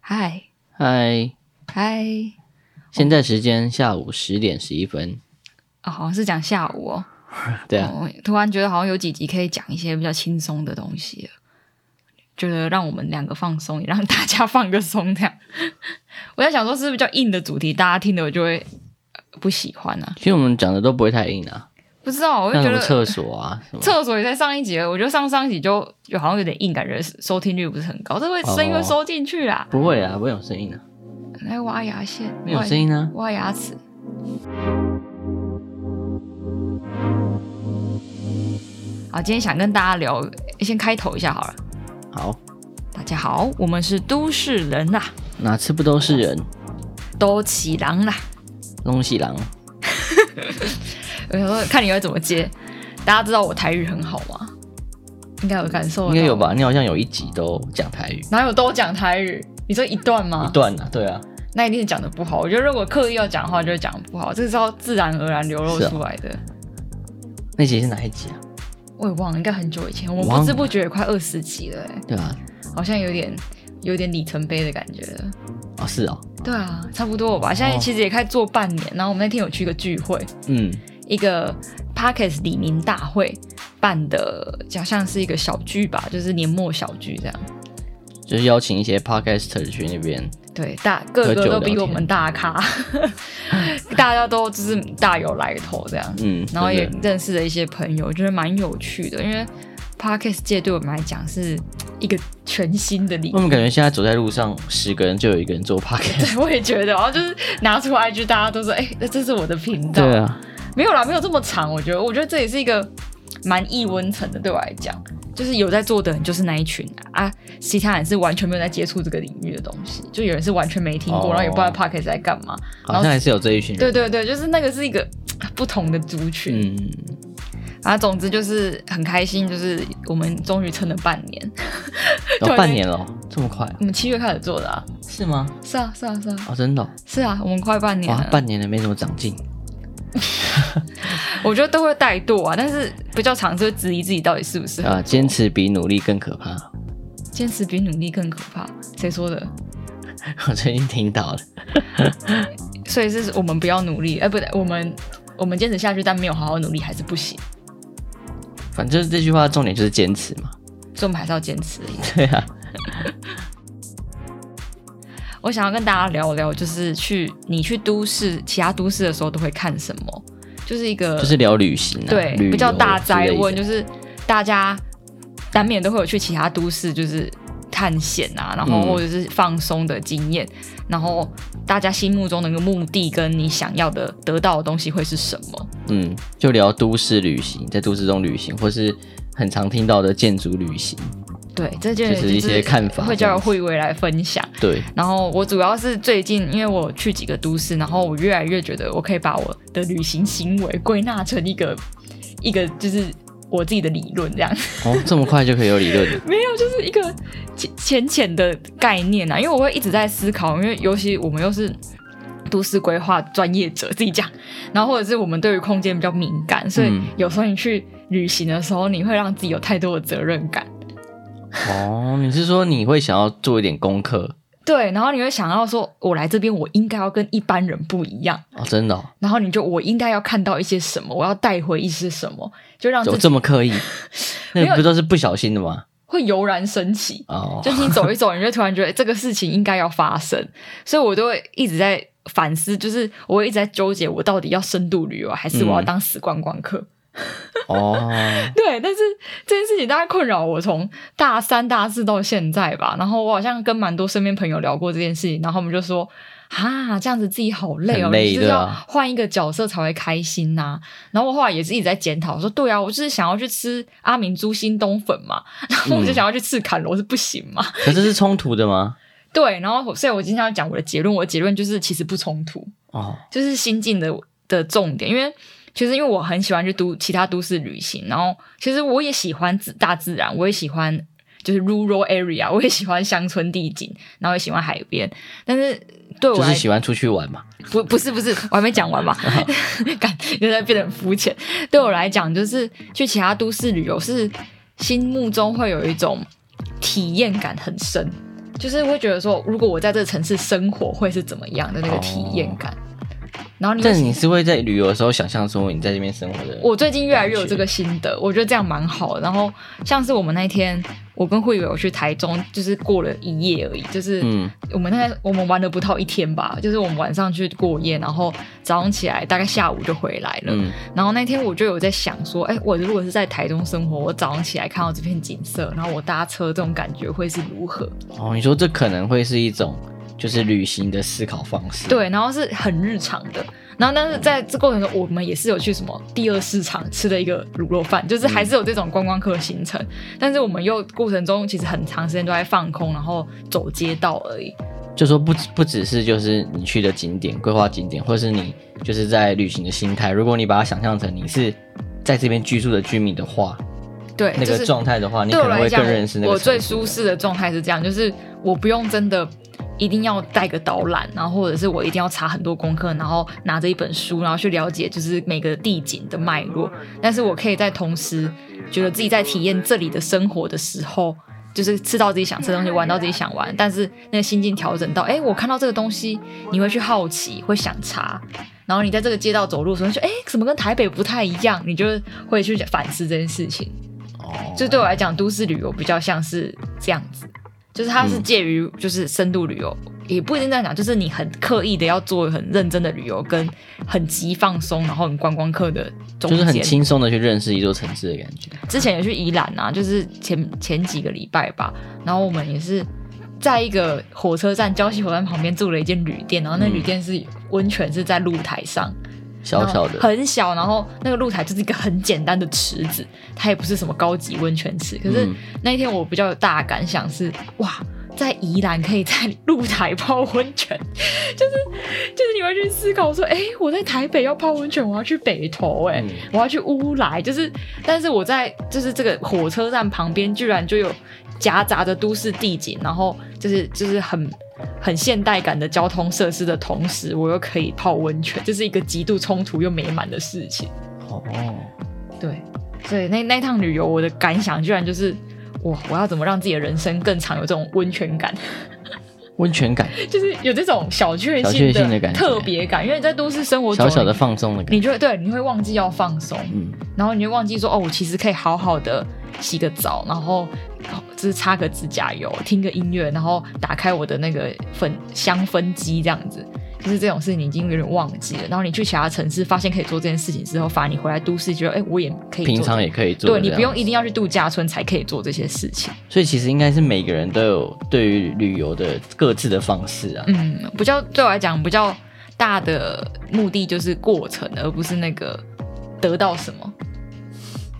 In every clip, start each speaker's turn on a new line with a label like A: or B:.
A: 嗨
B: 嗨，
A: 嗨，
B: 现在时间下午十点十一分。
A: 哦，好像是讲下午哦。
B: 对啊，
A: 哦，突然觉得好像有几集可以讲一些比较轻松的东西了，觉得让我们两个放松，也让大家放个松。这样， 我在想说，是不是比较硬的主题，大家听了就会呃不喜欢啊？
B: 其实我们讲的都不会太硬啊，
A: 不知道，我就
B: 像
A: 觉
B: 什么
A: 得
B: 厕所啊，什么
A: 厕所也在上一集了，我觉得上上一集就就好像有点硬，感觉收听率不是很高，这会
B: 哦
A: 声音会收进去啦。
B: 不会啊，不会有声音啊，
A: 来挖牙线，
B: 没有声音啊。
A: 挖，挖牙齿。好，今天想跟大家聊，先开头一下好了。
B: 好，
A: 大家好，我们是都市人啦，
B: 哪次不都是人？
A: 都起狼啦。
B: 东西狼，
A: 我想说，呃看你会怎么接。大家知道我台语很好吗？应该有感受，
B: 应该有？吧？你好像有一集都讲台语，
A: 哪有都讲台语？你说一段吗
B: 一？段啊，对啊，
A: 那一定是讲的不好。我觉得如果刻意要讲的话，就会讲得不好，这是要自然而然流露
B: 是啊
A: 出来的。
B: 那集是哪一集啊？
A: 我也忘了，应该很久以前，我
B: 忘了
A: 们不知不觉也快二十集了、欸，
B: 对啊，
A: 好像有点有点里程碑的感觉了。
B: 哦是哦，
A: 对啊，差不多了吧。现在
B: 哦
A: 其实也快做半年，然后我们那天有去一个聚会，
B: 嗯，
A: 一个 Parkes 李明大会办的，好像是一个小聚吧，就是年末小聚这样。
B: 就是邀请一些 podcaster 去那边，
A: 对，大个
B: 喝
A: 个
B: 酒
A: 都比
B: 聊
A: 我
B: 天
A: 们大咖，大家都就是大有来头这样。
B: 嗯，
A: 然后
B: 真的
A: 也认识了一些朋友，觉得蛮有趣的。因为 podcast 界对我们来讲是一个全新的领
B: 我
A: 域。
B: 们感觉现在走在路上，十个人就有一个人做 podcast。
A: 对，我也觉得，然后就是拿出 IG，大家都说：“哎、那这是我的频道。
B: 对啊，
A: 没有啦，没有这么长。我觉得，我觉得这也是一个蛮易温层的，对我来讲，就是有在做的人就是那一群啊，啊其他人是完全没有在接触这个领域的东西，就有人是完全没听过，
B: 哦
A: 然后也不知道 podcast 在干嘛。
B: 好
A: 然后
B: 像还是有这一群人。
A: 对对对，就是那个是一个 不同的族群。
B: 嗯，
A: 啊，总之就是很开心，就是我们终于撑了半年。
B: 有、
A: 对
B: 半年了哦，这么快啊、
A: 我们七月开始做的啊，
B: 是吗？
A: 是啊，是啊，是啊，
B: 哦，真的哦、
A: 是啊，我们快半年
B: 哇，
A: 了。
B: 半年了没什么长进。
A: 我觉得都会怠惰啊，但是比较常是会质疑自己到底适不适合。
B: 啊，坚持比努力更可怕。
A: 坚持比努力更可怕，谁说的？
B: 我最近听到了，
A: 所以是我们不要努力，哎、不对，我们我们坚持下去，但没有好好努力还是不行，
B: 反正这句话的重点就是坚持嘛。
A: 所以我们还是要坚持而已。
B: 对啊，
A: 我想要跟大家聊聊，就是去你去都市其他都市的时候都会看什么，就是一个
B: 就是聊旅行啊，
A: 呃对
B: 旅游
A: 比较大灾问，
B: 之类的
A: 就是大家难免都会有去其他都市，就是探险啊，然后
B: 嗯
A: 或者是放松的经验，然后大家心目中的那个目的跟你想要的得到的东西会是什么？
B: 嗯，就聊都市旅行，在都市中旅行，或是很常听到的建筑旅行。
A: 对，这件
B: 就是一些看法
A: 会叫
B: 这
A: 人
B: 样子
A: 慧伟来分享。
B: 对，
A: 然后我主要是最近，因为我去几个都市，然后我越来越觉得我可以把我的旅行行为归纳成一个一个就是我自己的理论这样。
B: 哦，这么快就可以有理论了。
A: 没有，就是一个浅浅浅的概念啊，因为我会一直在思考，因为尤其我们又是都市规划专业者，自己讲，然后或者是我们对于空间比较敏感，所以
B: 嗯
A: 有时候你去旅行的时候，你会让自己有太多的责任感。
B: 哦，你是说你会想要做一点功课？
A: 对，然后你会想到说，我来这边，我应该要跟一般人不一样，
B: 哦，真的、哦，
A: 然后你就我应该要看到一些什么，我要带回一些什么，就让
B: 有
A: 自己
B: 这么刻意？
A: 哦没有
B: 那不都是不小心的吗？
A: 会油然升起。
B: 哦，
A: 就是你走一走，你就突然觉得、欸这个事情应该要发生，所以我都会一直在反思，就是我会一直在纠结，我到底要深度旅游还是我
B: 嗯
A: 要当死观光客？
B: 哦，
A: 对，但是这件事情大概困扰我从大三、大四到现在吧。然后我好像跟蛮多身边朋友聊过这件事情，然后我们就说。啊，这样子自己好累哦，
B: 很累
A: 你就是
B: 对
A: 要
B: 啊
A: 换一个角色才会开心呐、然后我后来也是一直在检讨，说对啊，我就是想要去吃阿明猪心冬粉嘛，然后我就
B: 嗯
A: 想要去吃砍罗是不行嘛，
B: 可是是冲突的吗？
A: 对，然后我所以我今天要讲我的结论，我的结论就是其实不冲突，
B: 哦，
A: 就是心境的的重点，因为。其实因为我很喜欢去都其他都市旅行，然后其实我也喜欢自大自然，我也喜欢就是 rural area，我也喜欢乡村地景，然后也喜欢海边。但是对我
B: 就
A: 来
B: 是喜欢出去玩嘛。
A: 不不是不是，我还没讲 完嘛，感现在变得很肤浅。对我来讲，就是去其他都市旅游是心目中会有一种体验感很深，就是会觉得说，如果我在这个城市生活会是怎么样的那个体验感。然后你会
B: 哦但你是会在旅游的时候想象出你在这边生活的，
A: 嗯我最近越来越有这个心得，我觉得这样蛮好的。然后像是我们那天，我跟慧友去台中，就是过了一夜而已，就是
B: 嗯
A: 我们那我们玩了不到一天吧，就是我们晚上去过夜，然后早上起来大概下午就回来了。
B: 嗯
A: 然后那天我就有在想说，哎，我如果是在台中生活，我早上起来看到这片景色，然后我搭车这种感觉会是如何？
B: 哦，你说这可能会是一种就是旅行的思考方式，，
A: 对，然后是很日常的。然后，但是在这过程中，我们也是有去什么第二市场吃的一个卤肉饭，就是还是有这种观光客行程。但是我们又过程中其实很长时间都在放空，然后走街道而已。
B: 就说不只不只是就是你去的景点规划景点，或是你就是在旅行的心态，如果你把它想象成你是在这边居住的居民的话，
A: 对，
B: 那
A: 哎就
B: 个
A: 是
B: 状态的话，你
A: 对
B: 可
A: 我
B: 能
A: 来
B: 会
A: 讲
B: 更认识那，个
A: 我最
B: 城市
A: 舒适的状态是这样，就是我不用真的一定要带个导览，然后或者是我一定要查很多功课，然后拿着一本书，然后去了解就是每个地景的脉络。但是我可以在同时觉得自己在体验这里的生活的时候。就是吃到自己想吃的东西，玩到自己想玩，但是那个心境调整到，哎、我看到这个东西，你会去好奇，会想查，然后你在这个街道走路的时候，就哎、怎么跟台北不太一样？你就会去反思这件事情。
B: 哦，
A: 就对我来讲，都市旅游比较像是这样子，就是它
B: 嗯
A: 是介于就是深度旅游，也不一定这样讲，就是你很刻意的要做很认真的旅游，跟很极放松，然后很观光客的中
B: 就是
A: 间。
B: 很轻松的去认识一座城市的感觉。
A: 之前也去宜兰啊，就是前前几个礼拜吧，然后我们也是在一个火车站，礁溪火车站旁边住了一间旅店，然后那
B: 嗯
A: 旅店是温泉是在露台上，
B: 小小
A: 然
B: 的
A: 后，嗯很小，然后那个露台就是一个很简单的池子，它也不是什么高级温泉池。可是
B: 嗯
A: 那一天我比较有大的感想是，哇，在宜兰可以在露台泡温泉，就是就是你会去思考说，哎、我在台北要泡温泉，我要去北投、哎、
B: 嗯
A: 我要去乌来，就是但是我在就是这个火车站旁边居然就有夹杂着都市地景，然后就是就是很。很现代感的交通设施的同时，我又可以泡温泉，这是一个极度冲突又美满的事情。
B: 哦，
A: 对，所以那那趟旅游我的感想居然就是，哇，我要怎么让自己的人生更常有这种温泉感，
B: 温泉感，
A: 就是有这种小确幸
B: 小确幸的感觉
A: 特别感，因为你在都市生活中，
B: 小小的放松的感
A: 你
B: 觉。
A: 就会对你会忘记要放松，
B: 嗯，
A: 然后你就忘记说哦，我其实可以好好的洗个澡，然后哦就是擦个指甲油，听个音乐，然后打开我的那个粉香氛机这样子。就是这种事，你已经有点忘记了。然后你去其他城市，发现可以做这件事情之后，反而你回来都市，觉得哎、我也可以做
B: 平常
A: 这
B: 也可以做。
A: 对你不用，一定要去度假村才可以做这些事情。
B: 所以其实应该是每个人都有对于旅游的各自的方式啊。
A: 嗯，比较对我来讲比较大的目的就是过程，而不是那个得到什么，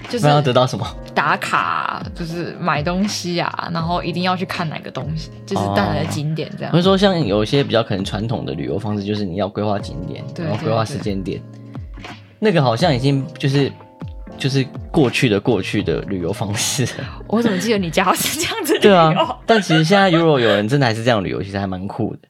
A: 就
B: 不
A: 是
B: 然要得到什么？
A: 打卡啊、就是买东西啊，然后一定要去看哪个东西，就是
B: 哦
A: 到哪个景点这样。
B: 我是说，像有一些比较可能传统的旅游方式，就是你要规划景点，
A: 对
B: 然后规划时间点，那个好像已经就是就是过去的过去的旅游方式 了。
A: 我怎么记得你家是这样子旅
B: 对
A: 游？
B: 啊，但其实现在如果有人真的还是这样旅游，其实还蛮酷的。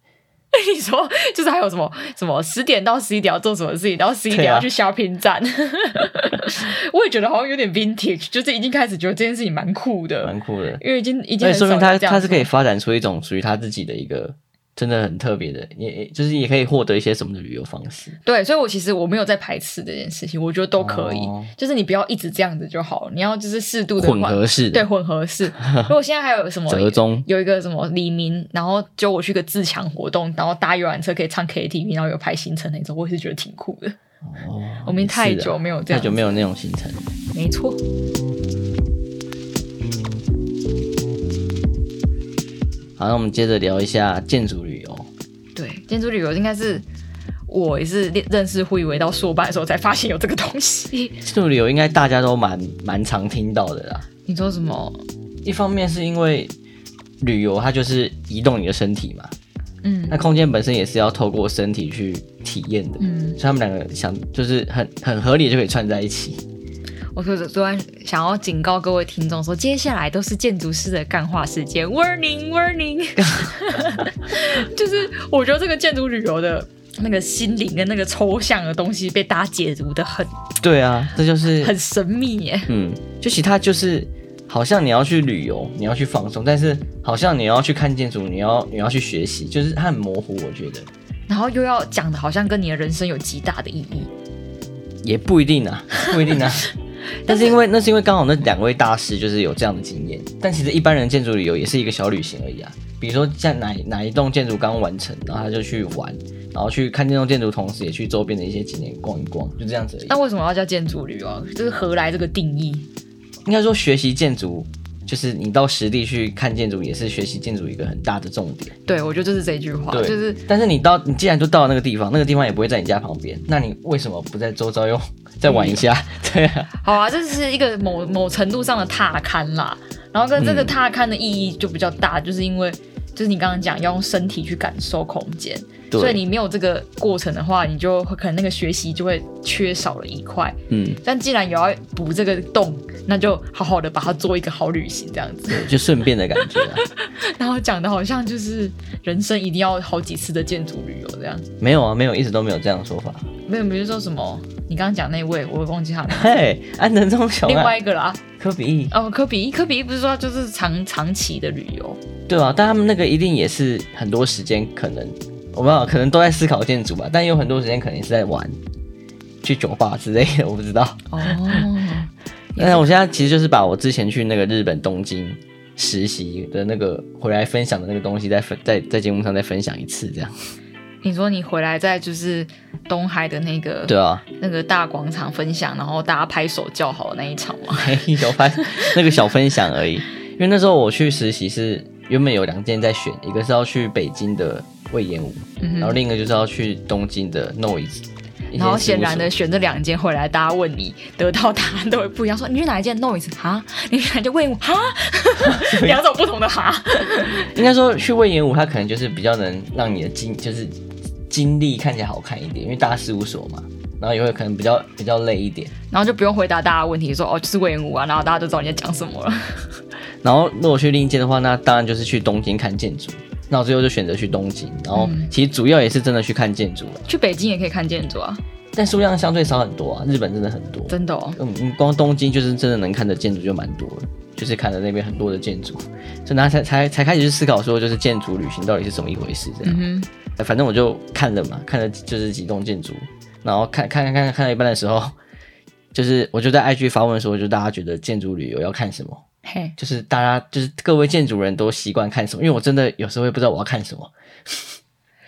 A: 你说就是还有什么什么十点到十一点要做什么事情，然后十一点
B: 对啊
A: 要去 shopping 站， 我也觉得好像有点 vintage，就是已经开始觉得这件事情蛮酷的，
B: 蛮酷的。
A: 因为已经已经
B: 那
A: 很
B: 说明
A: 少
B: 他
A: 有这样
B: 他是可以
A: 做
B: 发展出一种属于他自己的一个真的很特别的，也也就是也可以获得一些什么的旅游方式。
A: 对，所以我其实我没有在排斥这件事情，我觉得都可以，
B: 哦
A: 就是你不要一直这样子就好，你要就是适度的
B: 混合式的
A: 对混合式。如果现在还有什么
B: 折中
A: 有一个什么李明，然后揪我去个自强活动，然后搭游览车可以唱 KTV，然后有排行程那种，我也是觉得挺酷的。
B: 哦，
A: 我们
B: 也是
A: 太
B: 啊
A: 久没有这
B: 太
A: 样
B: 久没有那种行程。
A: 没错，
B: 好，那我们接着聊一下建筑旅游。
A: 对，建筑旅游应该是。我也是认认识胡以为到硕班的时候才发现有这个东西。
B: 建筑旅游应该大家都蛮蛮常听到的啦。
A: 你说什么？
B: 一方面是因为旅游它就是移动你的身体嘛，
A: 嗯
B: 那空间本身也是要透过身体去体验的，
A: 嗯
B: 所以他们两个想就是很很合理就可以串在一起。
A: 我说昨晚想要警告各位听众说，接下来都是建筑师的干话时间，warning warning，就是我觉得这个建筑旅游的。那个心灵跟那个抽象的东西被大家解读的很
B: 对啊，这就是
A: 很神秘耶，
B: 嗯，就其他就是好像你要去旅游，你要去放松，但是好像你要去看建筑，你要你要去学习，就是它很模糊。我觉得
A: 然后又要讲的好像跟你的人生有极大的意义。
B: 也不一定 啊，不一定啊。但是因为那是因为刚好那两位大师就是有这样的经验，但其实一般人建筑旅游也是一个小旅行而已啊。比如说像哪哪一栋建筑刚完成，然后他就去玩，然后去看这栋建筑，同时也去周边的一些景点逛一逛，就这样子而已。
A: 那为什么要叫建筑旅游？啊这是何来这个定义？
B: 应该说学习建筑，就是你到实地去看建筑，也是学习建筑一个很大的重点。
A: 对，我觉得就是这句话，
B: 对，
A: 就是
B: 但是你到你既然都到了那个地方，那个地方也不会在你家旁边，那你为什么不在周遭又再玩一下？ 对啊，
A: 好啊，这是一个某某程度上的踏勘啦。然后跟这个
B: 嗯
A: 踏勘的意义就比较大，就是因为就是你刚刚讲要用身体去感受空间，
B: 对
A: 所以你没有这个过程的话，你就会可能那个学习就会缺少了一块。
B: 嗯，
A: 但既然有要补这个洞，那就好好的把它做一个好旅行这样子。
B: 对，就顺便的感觉、啊。
A: 然后讲的好像就是人生一定要好几次的建筑旅游这样。
B: 没有啊，没有，一直都没有这样的说法。
A: 没有，比如说什么，你刚刚讲那位，我忘记他了。
B: 嘿，安藤忠雄、啊，
A: 另外一个啦，
B: 科比一，
A: 哦，科比一，科比一不是说他就是长长期的旅游，
B: 对啊，但他们那个一定也是很多时间可能，我不知道，可能都在思考建筑吧，但也有很多时间可能也是在玩，去酒吧之类的，我不知 道。
A: 哦，
B: 那我现在其实就是把我之前去那个日本东京实习的那个回来分享的那个东西再分在在节目上再分享一次，这样。
A: 你说你回来在就是东海的那个
B: 对啊，
A: 那个大广场分享，然后大家拍手叫好的那一场 吗？
B: 没哎有拍那个小分享而已。因为那时候我去实习是原本有两件在选，一个是要去北京的魏延武，
A: 嗯哼
B: 然后另一个就是要去东京的 Noise。
A: 然后显然的，选这两间回来，大家问你得到答案都会不一样，说你去哪一间 noise 哈，你去哪一间问 我哈，两种不同的哈。
B: 应该说去魏延武，它可能就是比较能让你的经就是经历看起来好看一点，因为大事务所嘛，然后也会可能比较比较累一点。
A: 然后就不用回答大家的问题，说哦就是魏延武啊，然后大家都知道你在讲什么了。
B: 然后如果去另一间的话，那当然就是去东京看建筑。那我最后就选择去东京，然后
A: 嗯
B: 其实主要也是真的去看建筑了，
A: 去北京也可以看建筑啊，
B: 但数量相对少很多啊，日本真的很多。
A: 真的哦。
B: 嗯，你光东京就是真的能看的建筑就蛮多了，就是看了那边很多的建筑，所以那才才才开始去思考说，就是建筑旅行到底是怎么一回事这样。呃
A: 嗯
B: 反正我就看了嘛，看了就是几栋建筑，然后看看看看看到一半的时候，就是我就在 IG 发问说，就大家觉得建筑旅游要看什么？
A: 哼，嘿，
B: 就是大家就是各位建筑人都习惯看什么？因为我真的有时候会不知道我要看什么。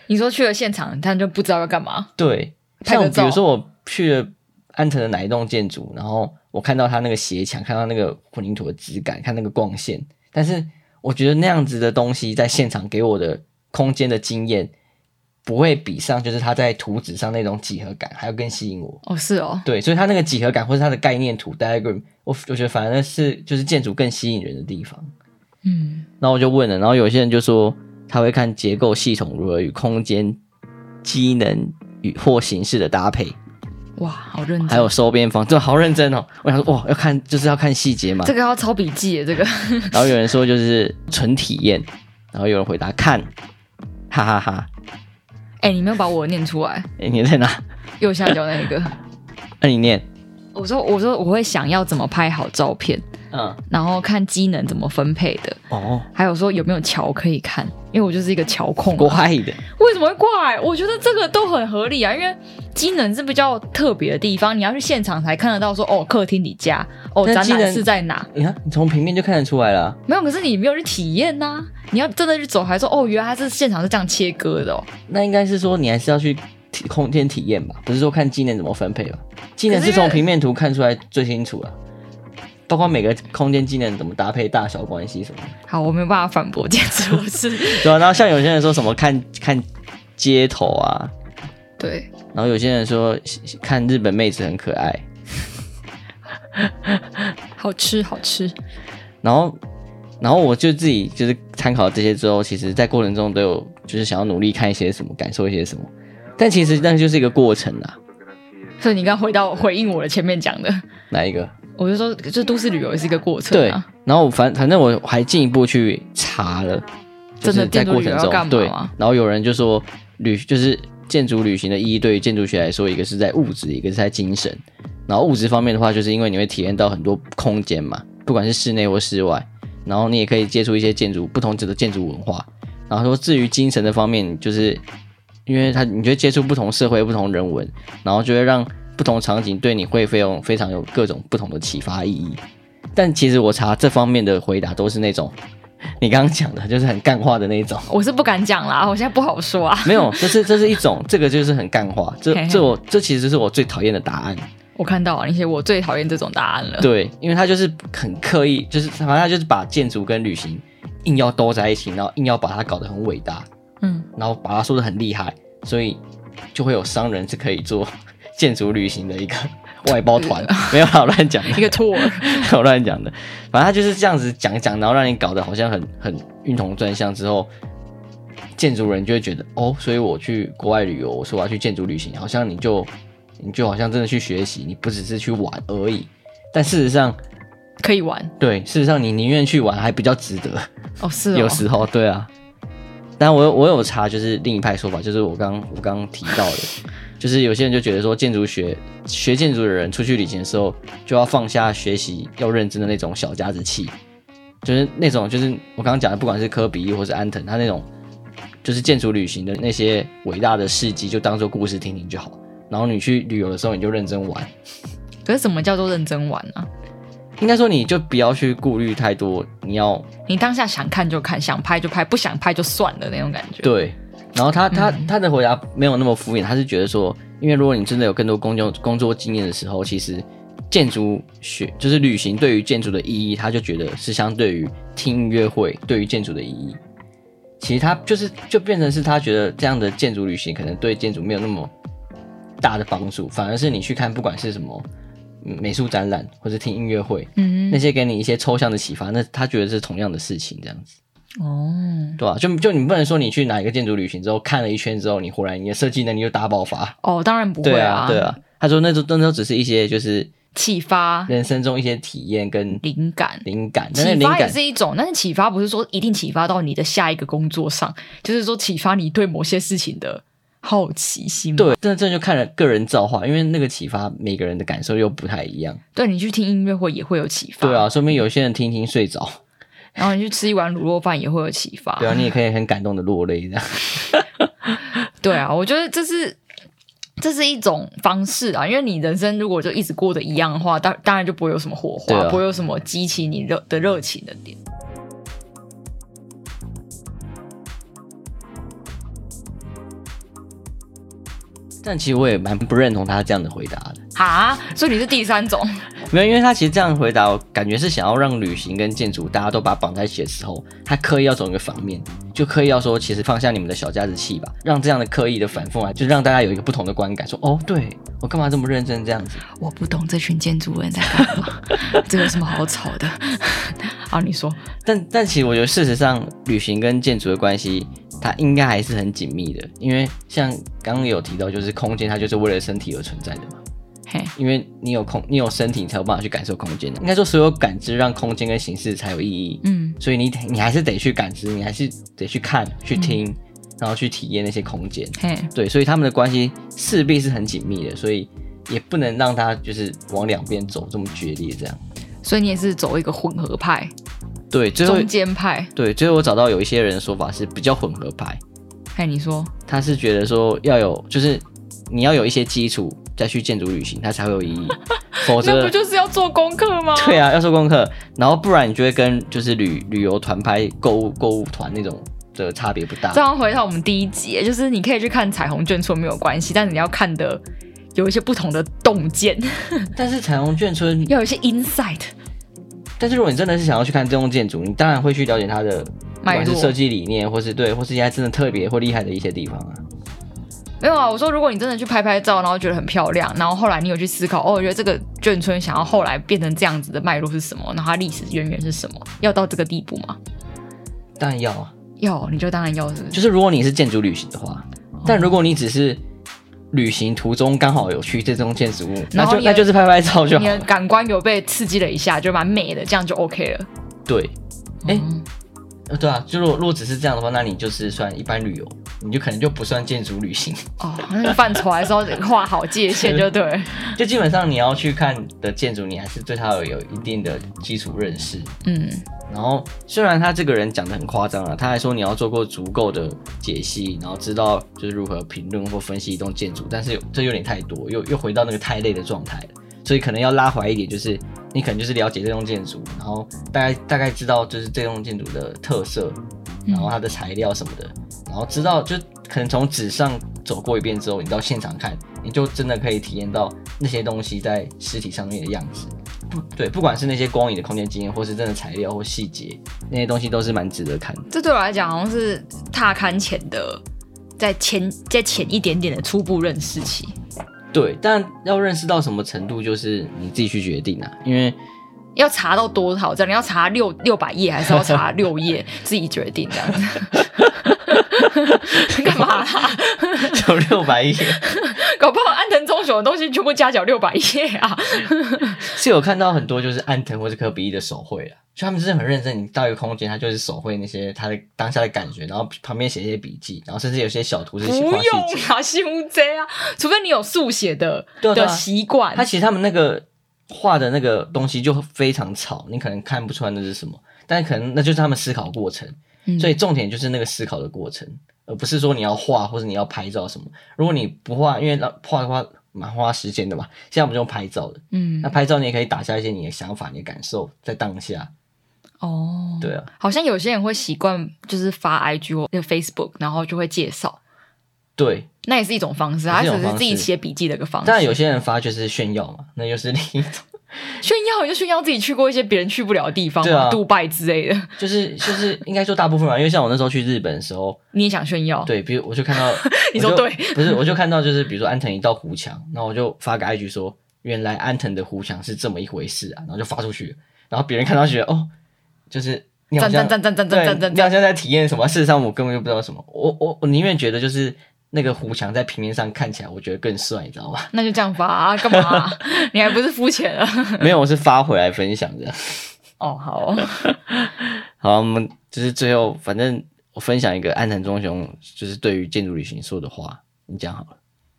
A: 你说去了现场，但就不知道要干嘛。
B: 对，
A: 拍个
B: 像比如
A: 照
B: 说我去了安藤的哪一栋建筑，然后我看到它那个斜墙，看到那个混凝土的质感，看那个光线，但是我觉得那样子的东西在现场给我的空间的经验，不会比上就是它在图纸上那种几何感还要更吸引我。
A: 哦，是哦，
B: 对，所以它那个几何感或是它的概念图 diagram，我我觉得反而是就是建筑更吸引人的地方。
A: 嗯，
B: 然后我就问了，然后有些人就说他会看结构系统如何与空间、机能与或形式的搭配，
A: 哇，好认
B: 还
A: 真。
B: 有收边方，这好认真哦。我想说，哇，要看就是要看细节嘛
A: 这。个要抄笔记耶，这个
B: 然后有人说就是纯体验，然后有人回答看，哈哈哈
A: 哎、你没有把我念出来，
B: 诶你在哪？
A: 右下角那一个。
B: 那你念，
A: 我说，我说我会想要怎么拍好照片，
B: 嗯，
A: 然后看机能怎么分配的，
B: 哦，
A: 还有说有没有桥可以看，因为我就是一个桥控
B: 国
A: 嘛。
B: 外的，
A: 为什么会怪？我觉得这个都很合理啊，因为机能是比较特别的地方，你要去现场才看得到说哦，客厅里家哦，
B: 但
A: 展
B: 机
A: 览
B: 能
A: 室在哪？
B: 你看哎你从平面就看得出来了。
A: 没有，可是你没有去体验呐、你要真的去走，还说哦，原来它是现场是这样切割的哦。
B: 那应该是说你还是要去体空间体验吧，不是说看技能怎么分配吧？技能
A: 可
B: 是
A: 是因为
B: 从平面图看出来最清楚了，包括每个空间技能怎么搭配、大小关系什么的。
A: 好，我没有办法反驳这样子，我是
B: 对啊，然后像有些人说什么看看街头啊，
A: 对，
B: 然后有些人说喜看日本妹子很可爱，
A: 好吃好吃，
B: 然后然后我就自己就是参考这些之后，其实在过程中都有就是想要努力看一些什么，感受一些什么，但其实那就是一个过程啊。
A: 所以你刚回到回应我的前面讲的，
B: 哪一个？
A: 我就说这都市旅游也是一个过程、
B: 对
A: 啊，，
B: 然后反反正我还进一步去查了，就
A: 真的
B: 是在
A: 建筑
B: 过
A: 旅游
B: 程
A: 要干
B: 中，
A: 嘛
B: 对
A: 吗，
B: 然后有人就说旅就是建筑旅行的意义，对于建筑学来说，一个是在物质，一个是在精神。然后物质方面的话，就是因为你会体验到很多空间嘛，不管是室内或室外，然后你也可以接触一些建筑不同的建筑文化。然后说至于精神的方面，就是因为他你觉得接触不同社会、不同人文，然后就会让不同场景对你会非常非常有各种不同的启发意义。但其实我查这方面的回答都是那种你刚刚讲的，就是很干话的那一 种。
A: 我是不敢讲啦，我现在不好说啊。
B: 没有，这是这是一种，这个就是很干话，这
A: 嘿嘿嗯
B: 这我这其实是我最讨厌的答案。
A: 我看到了，而且我最讨厌这种答案了。
B: 对，因为他就是很刻意，就是反正他就是把建筑跟旅行硬要兜在一起，然后硬要把它搞得很伟大，
A: 嗯，
B: 然后把它说的很厉害，所以就会有商人是可以做建筑旅行的一个外包团，
A: 呃
B: 没有啦我乱讲的，
A: 一个 tour，
B: 我乱讲的，反正他就是这样子讲一讲，然后让你搞得好像很很运同专项之后，建筑人就会觉得哦，所以我去国外旅游，我说我要去建筑旅行，好像你就你就好像真的去学习，你不只是去玩而已。但事实上，
A: 可以玩
B: 对，事实上你宁愿去玩还比较值得。
A: 哦，是哦
B: 有，时候对啊，但我有我有查，就是另一派说法，就是我刚我刚提到的，就是有些人就觉得说，建筑学学建筑的人出去旅行的时候，就要放下学习要认真的那种小家子气，就是那种就是我刚刚讲的，不管是科比或是安藤，他那种就是建筑旅行的那些伟大的事迹，就当做故事听听就好。然后你去旅游的时候，你就认真玩，
A: 可是什么叫做认真玩啊？
B: 应该说你就不要去顾虑太多，你要
A: 你当下想看就看，想拍就拍，不想拍就算了那种感觉。，嗯
B: 对，然后他他、他的回答没有那么敷衍，他是觉得说，因为如果你真的有更多工作工作经验的时候，其实建筑学就是旅行对于建筑的意义，他就觉得是相对于听音乐会对于建筑的意义。其实他就是就变成是他觉得这样的建筑旅行可能对建筑没有那么大的帮助，反而是你去看不管是什么嗯美术展览或者听音乐会，
A: 嗯
B: 那，些给你一些抽象的启发，那他觉得是同样的事情这样子。
A: 哦，
B: 对啊，就就你不能说你去哪一个建筑旅行之后看了一圈之后，你忽然你的设计能力就大爆发。
A: 哦，当然不会
B: 对啊，对，啊。他说那都那都只是一些就是
A: 启发、
B: 人生中一些体验跟
A: 灵感。
B: 灵感，但是
A: 啊启
B: 灵
A: 发也
B: 感
A: 是一种，但是启发不是说一定启发到你的下一个工作上，就是说启发你对某些事情的好奇心嘛。
B: 对，真的真的就看了个人造化，因为那个启发每个人的感受又不太一样。
A: 对你去听音乐会也会有启发，
B: 对啊，说明有些人听听睡着，
A: 啊然后你去吃一碗卤肉饭也会有启发，
B: 对啊，你也可以很感动的落泪 这样。
A: 对啊，我觉得这是这是一种方式啊，因为你人生如果就一直过得一样的话，当当然就不会有什么火花，
B: 对啊
A: 不会有什么激起你热的热情的点。
B: 但其实我也蛮不认同他这样的回答的。
A: 哈，所以你是第三种，
B: 没有，因为他其实这样回答，我感觉是想要让旅行跟建筑大家都把它绑在一起的时候，他刻意要走一个反面，就刻意要说，其实放下你们的小家子气吧，让这样的刻意的反讽啊，就让大家有一个不同的观感，说哦，对我干嘛这么认真这样子？
A: 我不懂这群建筑人在干嘛， 这有什么好吵 的？啊，你说，
B: 但但其实我觉得，事实上，旅行跟建筑的关系，它应该还是很紧密的，因为像刚刚有提到，就是空间它就是为了身体而存在的嘛。
A: 嘿，
B: 因为你有空，你有身体，你才有办法去感受空间、应该说，所有感知让空间跟形式才有意义。
A: 嗯，
B: 所以你得你还是得去感知，你还是得去看、去听，然后去体验那些空间。
A: 嘿，
B: 对，所以他们的关系势必是很紧密的，所以也不能让它就是往两边走这么决裂这样。
A: 所以你也是走一个混合派、
B: 对，最后
A: 中间派。
B: 对最后我找到有一些人的说法是比较混合派，
A: 嘿，你说，
B: 他是觉得说要有就是你要有一些基础再去建筑旅行，它才会有意义， 否
A: 那不
B: 则。
A: 就是要做功课吗？
B: 对啊，要做功课，然后不然你就会跟就是旅旅游团拍、购物购物团那种的差别不大。
A: 这样回到我们第一集，就是你可以去看彩虹眷村没有关系，但你要看的有一些不同的洞见，
B: 但是彩虹眷村
A: 要有一些 insight。
B: 但是如果你真的是想要去看这栋建筑，你当然会去了解它的，不
A: 脉络
B: 管是设计理念，或是对，或是一些真的特别或厉害的一些地方啊。
A: 没有啊，我说如果你真的去拍拍照，然后觉得很漂亮，然后后来你有去思考，哦，我觉得这个眷村想要后来变成这样子的脉络是什么，然后它历史渊源是什么，要到这个地步吗？
B: 当然要啊，
A: 要，你就当然要是不是
B: 就是如果你是建筑旅行的话，但如果你只是旅行途中刚好有去这栋建筑物，那
A: 然后
B: 就
A: 你的
B: 那就是拍拍照就好
A: 你的
B: 了。
A: 感官有被刺激了一下，就蛮美的，这样就 OK 了。
B: 对，哎
A: 嗯
B: 呃对啊，就如果如果只是这样的话，那你就是算一般旅游，你就可能就不算建筑旅行。
A: 哦，那个范畴还是要画好界限，就对了。
B: 就基本上你要去看的建筑，你还是对它有有一定的基础认识。
A: 嗯，
B: 然后虽然他这个人讲的很夸张啊了，他还说你要做过足够的解析，然后知道就是如何评论或分析一栋建筑，但是这有点太多，又又回到那个太累的状态了。所以可能要拉回来一点，就是你可能就是了解这栋建筑，然后大概大概知道就是这栋建筑的特色，然后它的材料什么的，然后知道就可能从纸上走过一遍之后，你到现场看，你就真的可以体验到那些东西在实体上面的样子。不对，不管是那些光影的空间经验，或是真的材料或细节，那些东西都是蛮值得看的。
A: 这对我来讲好像是踏勘前的，在前在前一点点的初步认识期。
B: 对，但要认识到什么程度，就是你自己去决定啊。因 为
A: 要查到多少这样？你要查六六百页，还是要查 六页？自己决定这样子。干嘛啦？
B: 有六百页，
A: 搞不好安藤忠雄的东西全部加脚六百页啊！
B: 是有看到很多就是安藤或是科比一的手绘啊，就他们真的很认真。你到一个空间，他就是手绘那些他的当下的感觉，然后旁边写一些笔记，然后甚至有些小图是
A: 不
B: 写画细
A: 用
B: 节。
A: 啊，胸贼啊！除非你有速写的
B: 对啊对
A: 的
B: 啊
A: 习惯
B: 他。其实他们那个画的那个东西就非常吵，你可能看不出来那是什么，但可能那就是他们思考过程。
A: 嗯
B: 所以重点就是那个思考的过程，而不是说你要画或者你要拍照什么。如果你不画，因为那画的话蛮花时间的嘛。现在我们就用拍照的，
A: 嗯
B: 那拍照你也可以打下一些你的想法、你的感受在当下。
A: 哦，
B: 对啊，
A: 好像有些人会习惯就是发 IG 或那个 Facebook，然后就会介绍，
B: 对。
A: 那也是一种方式啊，
B: 也
A: 他
B: 是一
A: 只
B: 种方
A: 是自己
B: 式
A: 写笔记的一个方
B: 当然
A: 式。
B: 有些人发就是炫耀嘛，那又是另一种，
A: 炫耀就炫耀自己去过一些别人去不了的地方
B: 对
A: 嘛，
B: 啊
A: 杜拜之类的，
B: 就是就是应该说大部分吧，因为像我那时候去日本的时候，
A: 你也想炫耀？，
B: 对，比如我就看到
A: 你说
B: 我就
A: 对，
B: 不是，我就看到就是比如说安藤一到湖墙，然后我就发个 IG 说，原来安藤的湖墙是这么一回事啊，然后就发出去了，然后别人看到就觉得哦，就是你好
A: 赞
B: 像
A: 赞赞赞赞赞赞
B: 对，
A: 赞
B: 你好像在体验什么，事实上我根本就不知道什么，我我我宁愿觉得就是那个湖墙在平面上看起来，我觉得更帅，你知道吗？
A: 那就这样发啊，干嘛啊、你还不是肤浅了？啊
B: 没有，我是发回来分享这样。
A: 哦，好哦
B: 好，我们就是最后，反正我分享一个安藤忠雄就是对于建筑旅行说的话，你讲好了。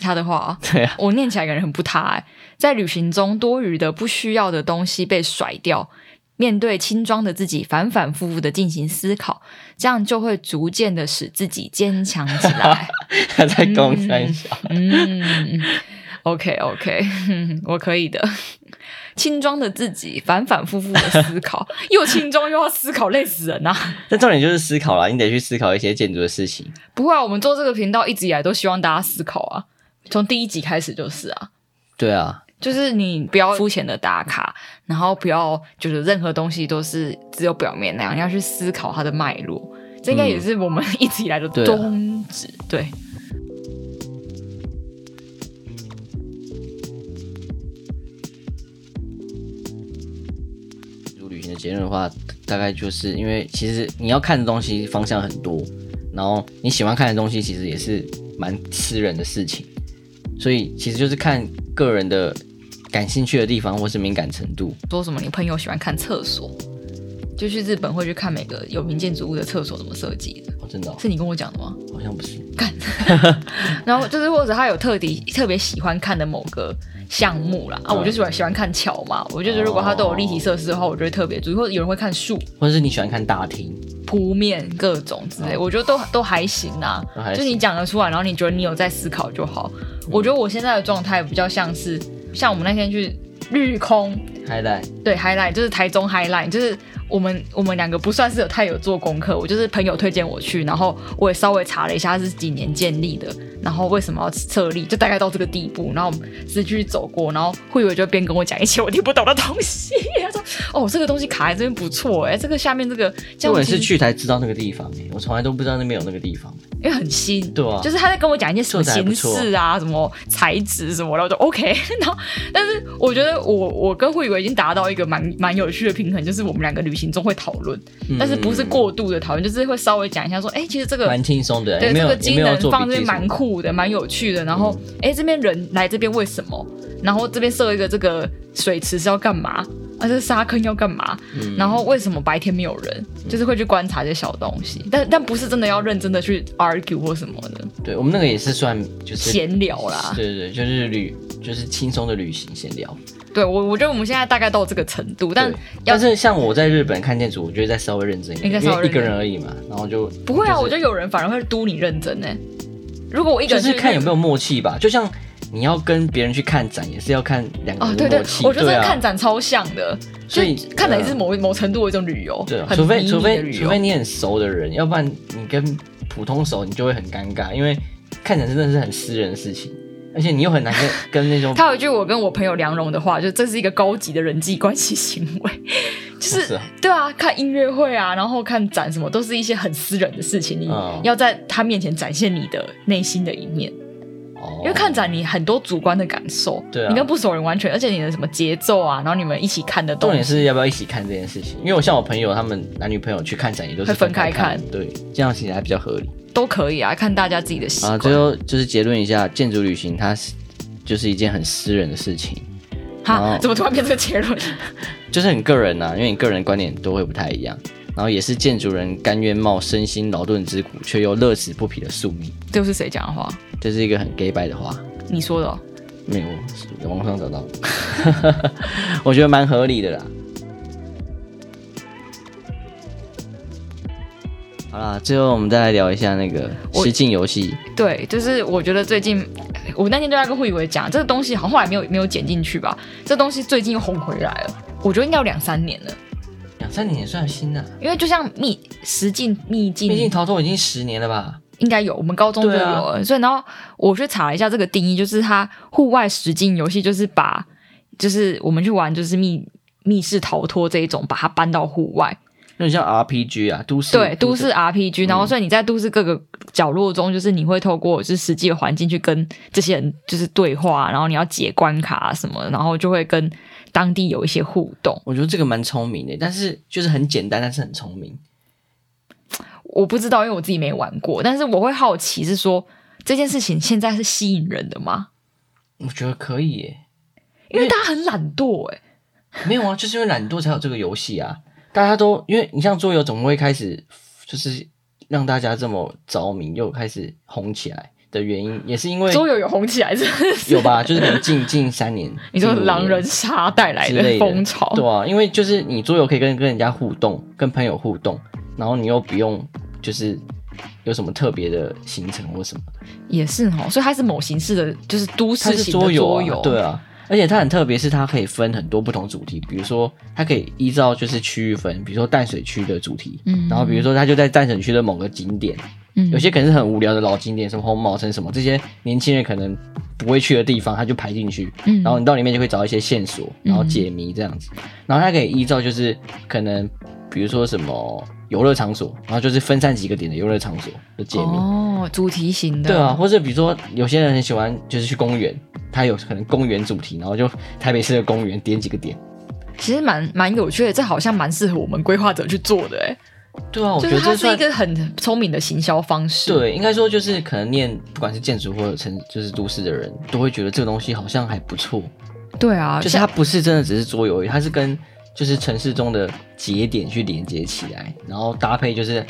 A: 他的话、啊，
B: 对啊，
A: 我念起来感觉很不搭、欸。在旅行中，多余的、不需要的东西被甩掉，面对轻装的自己，反反复复的进行思考，这样就会逐渐的使自己坚强起来。
B: 他在公山小。
A: 嗯，OK OK，我 可以的。轻装的自己，反反复复的思 考，又轻装又要思考，累死人呐、啊
B: 但重点就是思考啦，你得去思考一些建筑的事情。
A: 不会啊，我们做这个频道一直以来都希望大家思考啊，从第一集开始就是啊。
B: 对啊，
A: 就是你不要肤浅的打卡，然后不要就是任何东西都是只有表面那样，要去思考它的脉络。这应该也是我们一直以来的
B: 对啊
A: 宗旨。对，
B: 建筑旅行的结论的话，大概就是因为其实你要看的东西方向很多，然后你喜欢看的东西其实也是蛮私人的事情，所以其实就是看个人的感兴趣的地方或是敏感程度。
A: 说什么你朋友喜欢看厕所，就去日本会去看每个有名建筑物的厕所怎么设计的，
B: 哦，真的哦、
A: 是你跟我讲的吗？
B: 好像不是。
A: 然后就是或者他有特地特别喜欢看的某个项目啦，啊，
B: 嗯
A: 我就喜欢喜欢看桥嘛，我就觉得如果它都有立体设施的话，我就会特别注意，或者有人会看树，
B: 或者是你喜欢看大厅，
A: 铺面各种之类，
B: 嗯
A: 我觉得都都还行啊
B: 都还。
A: 就
B: 行嗯
A: 你讲得出来，然后你觉得你有在思考就好。我觉得我现在的状态比较像是，像我们那天去日空，
B: 海带
A: 对 highlight 就是台中 highlight，就是我们我们两个不算是有太有做功课，我就是朋友推荐我去，然后我也稍微查了一下它是几年建立的，然后为什么要设立，就大概到这个地步，然后我们是去走过，然后慧伟就边跟我讲一些我听不懂的东西， 他说哦这个东西卡在这边不错哎、这个下面这个这
B: 我
A: 样
B: 也是
A: 子
B: 去才知道那个地方、欸，我从来都不知道那边有那个地方。
A: 因为很新，
B: 对啊
A: 就是他在跟我讲一些什么
B: 做得还
A: 形
B: 不错
A: 式啊、什么材质什么的，我就 OK。然 后，但是我觉得我我跟慧伟已经达到一个蛮蛮有趣的平衡，就是我们两个旅行中会讨论，
B: 嗯
A: 但是不是过度的讨论，就是会稍微讲一下说，哎、其实这个
B: 蛮轻松的、欸，
A: 对
B: 也没
A: 这
B: 有
A: 个
B: 也
A: 机
B: 没有
A: 能
B: 做
A: 放
B: 笔
A: 这边
B: 记什
A: 蛮
B: 么。嗯
A: 酷的，蛮有趣的。然后，哎、这边人来这边为什么？然后这边设一个这个水池是要干嘛？啊，这沙坑要干嘛？
B: 嗯
A: 然后为什么白天没有人？就是会去观察这些小东西，但但不是真的要认真的去 argue 或什么的，
B: 对我们那个也是算就是
A: 闲聊啦。
B: 对对对，就是旅就是轻松的旅行闲聊。
A: 对我，我觉得我们现在大概到这个程度，但
B: 对
A: 要
B: 但是像我在日本看建筑，我觉得再稍微认真一点，
A: 应该
B: 因
A: 稍微
B: 为一个
A: 认真
B: 人而已嘛，然后就
A: 不会啊，
B: 就是
A: 我觉得有人反而会督你认真呢、如果我一个
B: 就
A: 人
B: 是
A: 去
B: 看有没有默契吧，就像。你要跟别人去看展，也是要看两个
A: 哦，
B: 人
A: 对
B: 的
A: 对
B: 默，契。
A: 我觉得这
B: 对
A: 个
B: 啊
A: 看展超像的，
B: 所以
A: 就看展也是某、某程度的一种旅游，
B: 对啊，
A: 很
B: 除非
A: 迷
B: 除
A: 你的
B: 非
A: 旅游
B: 除非你很熟的人，要不然你跟普通熟，你就会很尴尬，因为看起来真的是很私人的事情，而且你又很难跟跟那种
A: 他有一句我跟我朋友梁荣的话，就这是一个高级的人际关系行 为，就是
B: 是啊
A: 对啊，看音乐会啊，然后看展什么，都是一些很私人的事情，你
B: 嗯
A: 要在他面前展现你的内心的一面，
B: 哦，
A: 因为看展你很多主观的感受，
B: 对啊
A: 你跟不熟人完全，而且你的什么节奏啊，然后你们一起看的
B: 重
A: 东
B: 点
A: 西，
B: 是要不要一起看这件事情，因为我像我朋友他们男女朋友去看展也都是
A: 会分开
B: 看
A: 看，
B: 对，这样其实还比较合理
A: 都可以啊，看大家自己的习
B: 啊。
A: 惯
B: 最后就是结论一下，建筑旅行它是就是一件很私人的事情，
A: 哈
B: 哦，
A: 怎么突然变这个结论？
B: 就是很个人呐、啊因为你个人观点都会不太一样。然后也是建筑人甘愿冒身心劳顿之苦，却又乐此不疲的宿命。
A: 这是谁讲的话？
B: 这是一个很 gay 白的话，
A: 你说的、哦？
B: 没有，我网上找到的， 我觉得蛮合理的啦。好啦，最后我们再来聊一下那个
A: 我
B: 实境游戏，
A: 对，就是我觉得最近，我那天就在跟慧伟讲，这个东西好像后来没有没有剪进去吧，这东西最近又红回来了，我觉得应该有两三年了，
B: 两三年也算新啦、
A: 因为就像秘实境秘
B: 毕竟
A: 境
B: 逃脱已经十年了吧？
A: 应该有，我们高中就有
B: 对啊
A: 了，所以然后我去查了一下这个定义，就是它户外实境游戏就是把就是我们去玩就是密密室逃脱这一种，把它搬到户外，
B: 那像 RPG 啊，都市
A: 对，都嗯市 RPG，然后所以你在都市各个角落中，就是你会透过就是实际的环境去跟这些人就是对话，然后你要解关卡什么，然后就会跟当地有一些互动。
B: 我觉得这个蛮聪明的，但是就是很简单，但是很聪明。
A: 我不知道，因为我自己没玩过，但是我会好奇是说这件事情现在是吸引人的吗？
B: 我觉得可以耶，
A: 因为大家很懒惰、欸，
B: 没有啊，就是因为懒惰才有这个游戏啊。大家都因为你像桌游，总会开始就是让大家这么着迷，又开始红起来的原因，也是因为
A: 桌游有红起来是不是
B: 有？吧，就是可能近近三年，
A: 你说
B: 近五年
A: 狼人杀带来
B: 之类的
A: 风潮，
B: 对啊，因为就是你桌游可以跟跟人家互动，跟朋友互动，然后你又不用就是有什么特别的行程或什么，
A: 也是哦，所以它是某形式的，就是都
B: 它
A: 市
B: 是
A: 型的
B: 桌游、啊，
A: 游
B: 对啊。而且它很特别，是它可以分很多不同主题，比如说它可以依照就是区域分，比如说淡水区的主题，
A: 嗯
B: 然后比如说它就在淡水区的某个景点，
A: 嗯
B: 有些可能是很无聊的老景点，什么红毛城什么，这些年轻人可能不会去的地方，他就排进去，
A: 嗯
B: 然后你到里面就会找一些线索，然后解谜这样子，然后它可以依照就是可能比如说什么游乐场所，然后就是分散几个点的游乐场所的解谜，
A: 哦，主题型的，
B: 对啊，或者比如说有些人很喜欢就是去公园，他有可能公园主题，然后就台北市的公园点几个点。
A: 其实蛮蛮有趣的，这好像蛮适合我们规划者去做的，哎，
B: 对啊，我
A: 就
B: 觉
A: 是
B: 得这
A: 它是一
B: 算
A: 个很聪明的行销方式。
B: 对，应该说就是可能念不管是建筑或者城就是都市的人都会觉得这个东西好像还不错，
A: 对啊，
B: 就是它
A: 像
B: 不是真的只是桌游而已，它是跟就是城市中的节点去连接起来，然后搭配就是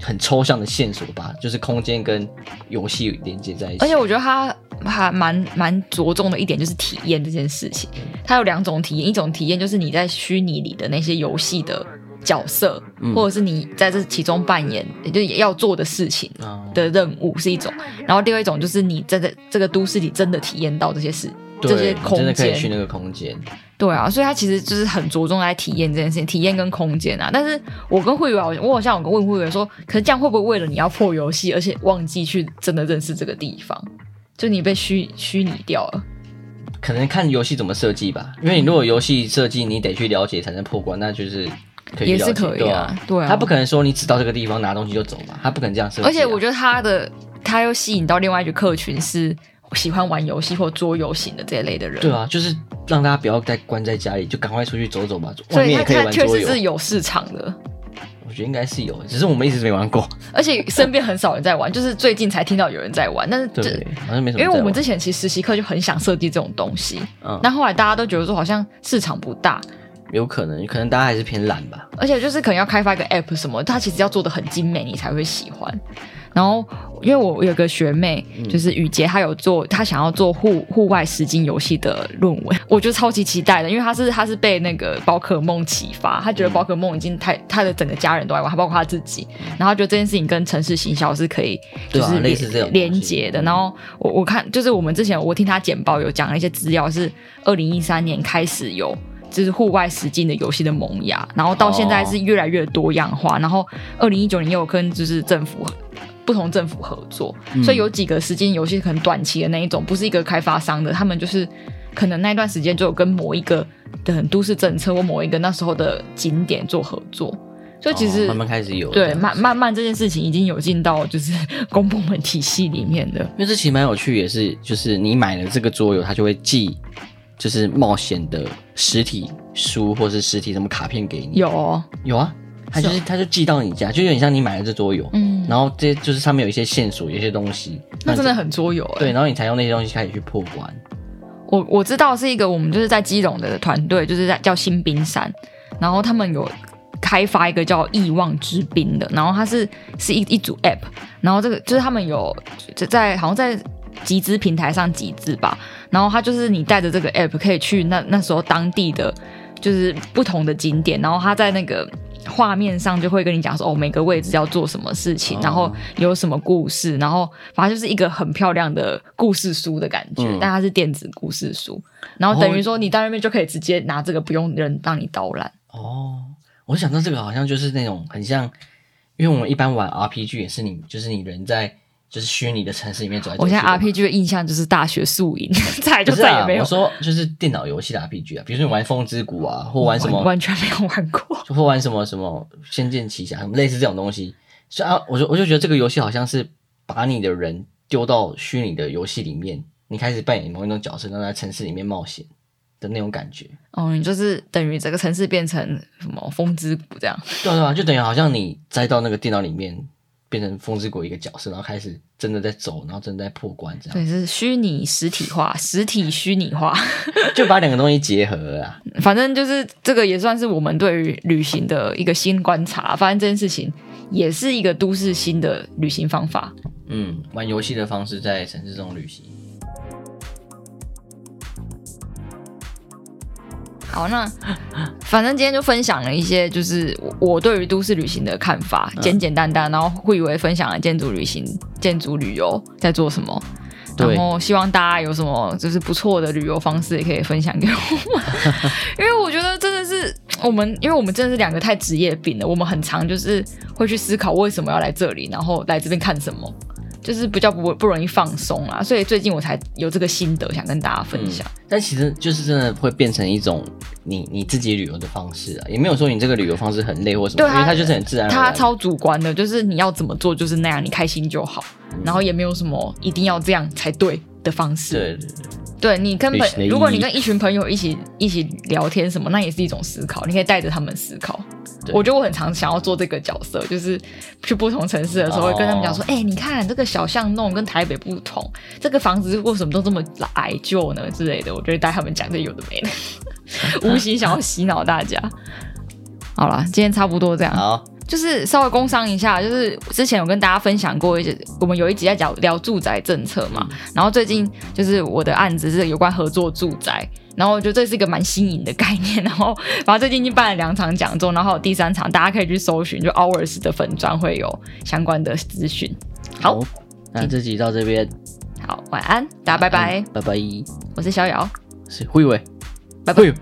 B: 很抽象的线索吧，就是空间跟游戏连接在一起。
A: 而且我觉得它还蛮蛮着重的一点就是体验这件事情。
B: 嗯
A: 它有两种体验，一种体验就是你在虚拟里的那些游戏的角色，
B: 嗯
A: 或者是你在这其中扮演，也就是要做的事情
B: 嗯
A: 的任务是一种，然后另外一种就是你在这这个都市里真的体验到这些事。这些
B: 对，你
A: 空
B: 真的
A: 间
B: 可以去那个空间。
A: 对啊，所以他其实就是很着重在体验这件事情，体验跟空间啊。但是我跟慧媛，我好像有问慧媛说，可是这样会不会为了你要破游戏，而且忘记去真的认识这个地方？就你被虚虚拟掉了，
B: 可能看游戏怎么设计吧，因为你如果游戏设计你得去了解才能破关，那就是可以去
A: 也是
B: 了解
A: 可以啊，对
B: 对
A: 啊。
B: 他不可能说你只到这个地方拿东西就走嘛，他不可能这样设计啊、
A: 而且我觉得他的他又吸引到另外一群客群是喜欢玩游戏或桌游型的这一类的人，
B: 对啊，就是让大家不要再关在家里，就赶快出去走走吧，
A: 所
B: 外
A: 以
B: 面也
A: 他
B: 可以
A: 他
B: 玩
A: 确
B: 桌
A: 实
B: 游。
A: 是有市场的。
B: 我觉得应该是有，只是我们一直没玩过。
A: 而且身边很少人在玩，就是最近才听到有人在玩，但是这
B: 对，好像没什么在
A: 因
B: 玩。
A: 为我们之前其实实习课就很想设计这种东西，
B: 嗯，
A: 那后来大家都觉得说好像市场不大，
B: 有可能，可能大家还是偏懒吧。
A: 而且就是可能要开发一个 app 什么，它其实要做的很精美，你才会喜欢。然后，因为我有个学妹，
B: 嗯
A: 就是雨杰，她有做，她想要做户户外实景游戏的论文，我就超级期待的，因为她是她是被那个宝可梦启发，她
B: 嗯
A: 觉得宝可梦已经太她的整个家人都在玩，包括她自己，然后她觉得这件事情跟城市行销是可以就
B: 对啊
A: 是
B: 类似这种东西嗯
A: 连接的。然后我我看就是我们之前我听她简报有讲了一些资料，是二零一三年开始有。就是户外实境的游戏的萌芽，然后到现
B: 哦
A: 在是越来越多样化。然后二零一九年也有跟就是政府不同政府合作，
B: 嗯
A: 所以有几个实境游戏可能短期的那一种，不是一个开发商的，他们就是可能那段时间就有跟某一个的都市政策或某一个那时候的景点做合作。所以其实、
B: 哦慢慢开始有这
A: 对
B: 样子
A: 慢慢慢这件事情已经有进到就是 公部门体系里面的。
B: 因为这其实蛮有趣，也是就是你买了这个桌游，它就会寄就是冒险的实体书或是实体什么卡片给你。
A: 有哦，
B: 有啊，它就是它就寄到你家，就有点像你买了这桌游，
A: 嗯，
B: 然后这就是上面有一些线索，有一些东西，
A: 那真的
B: 你
A: 很桌游哎、
B: 对，然后你才用那些东西开始去破关。
A: 我我知道是一个我们就是在基隆的团队，就是在叫新冰山，然后他们有开发一个叫“遗忘之冰”的，然后它是是一一组 app，然后这个就是他们有就在好像在集资平台上集资吧，然后它就是你带着这个 app 可以去那那时候当地的就是不同的景点，然后它在那个。画面上就会跟你讲说，哦，每个位置要做什么事情，
B: 哦
A: 然后有什么故事，然后反正就是一个很漂亮的故事书的感觉，
B: 嗯
A: 但它是电子故事书，然后等于
B: 哦
A: 说你到那边就可以直接拿这个，不用人帮你导览。
B: 哦，我想到这个好像就是那种很像，因为我们一般玩 RPG 也是你就是你人在就是虚拟的城市里面走来走
A: 我
B: 去
A: 现
B: 的
A: 在
B: 嘛。
A: RPG 的印象就是大学宿营， 再来
B: 哦不
A: 就是再
B: 啊
A: 也没，有
B: 我说就是电脑游戏的 RPG 啊，比如说你玩《风之谷》啊，或玩什
A: 完
B: 么，
A: 完全没有 玩过。
B: 就或玩什么什么《仙剑奇侠》什么类似这种东西。所以啊，我就我就觉得这个游戏好像是把你的人丢到虚拟的游戏里面，你开始扮演某一种角色，然后在城市里面冒险的那种感觉。
A: 哦，你就是等于这个城市变成什么风之谷这样，
B: 对啊对啊，就等于好像你栽到那个电脑里面，变成风之谷一个角色，然后开始真的在走，然后真的在破关，这样
A: 对，是虚拟实体化，实体虚拟化。
B: 就把两个东西结合了啊。
A: 反正就是这个也算是我们对于旅行的一个新观察。发现这件事情也是一个都市新的旅行方法。
B: 嗯，玩游戏的方式在城市中旅行。
A: 好，那反正今天就分享了一些，就是我我对于都市旅行的看法，简简单单，然后会以为分享了建筑旅行、建筑旅游在做什么。
B: 对
A: 然后希望大家有什么就是不错的旅游方式，也可以分享给我 们，因为我觉得真的是我们，因为我们真的是两个太职业病了，我们很常就是会去思考为什么要来这里，然后来这边看什么，就是比较不不容易放松啦。所以最近我才有这个心得，想跟大家分享。
B: 但其实就是真的会变成一种你你自己旅游的方式啊，也没有说你这个旅游方式很累或什么，
A: 对
B: 因为
A: 它
B: 它就是很自然而
A: 它
B: 然。
A: 超主观的，就是你要怎么做就是那样，你开心就好，然后也没有什么一定要这样才对的方式。
B: 对对对
A: 对你跟
B: 旅行的
A: 朋，
B: 意义
A: 如果你跟一群朋友一起一起聊天什么，那也是一种思考，你可以带着他们思考。
B: 对
A: 我觉得我很常想要做这个角色，就是去不同城市的时候，会跟他们讲
B: 哦
A: 说：“哎、你看这个小巷弄跟台北不同，这个房子为什么都这么矮旧呢？”之类的，我就会带他们讲这有的 没的，无形想要洗脑大家。好啦，今天差不多这样。
B: 好，
A: 就是稍微工商一下，就是之前有跟大家分享过一些，我们有一集在聊聊住宅政策嘛，然后最近就是我的案子是有关合作住宅。然后我觉得这是一个蛮新颖的概念，然后反正最近已经办了两场讲座，然后还有第三场，大家可以去搜寻，就 Hours 的粉砖会有相关的资讯。好，
B: 那这集到这边，
A: 好，晚安，大家拜拜，
B: 嗯，拜拜，
A: 我是逍遥。
B: 是慧伟，
A: 拜拜
B: 慧伟，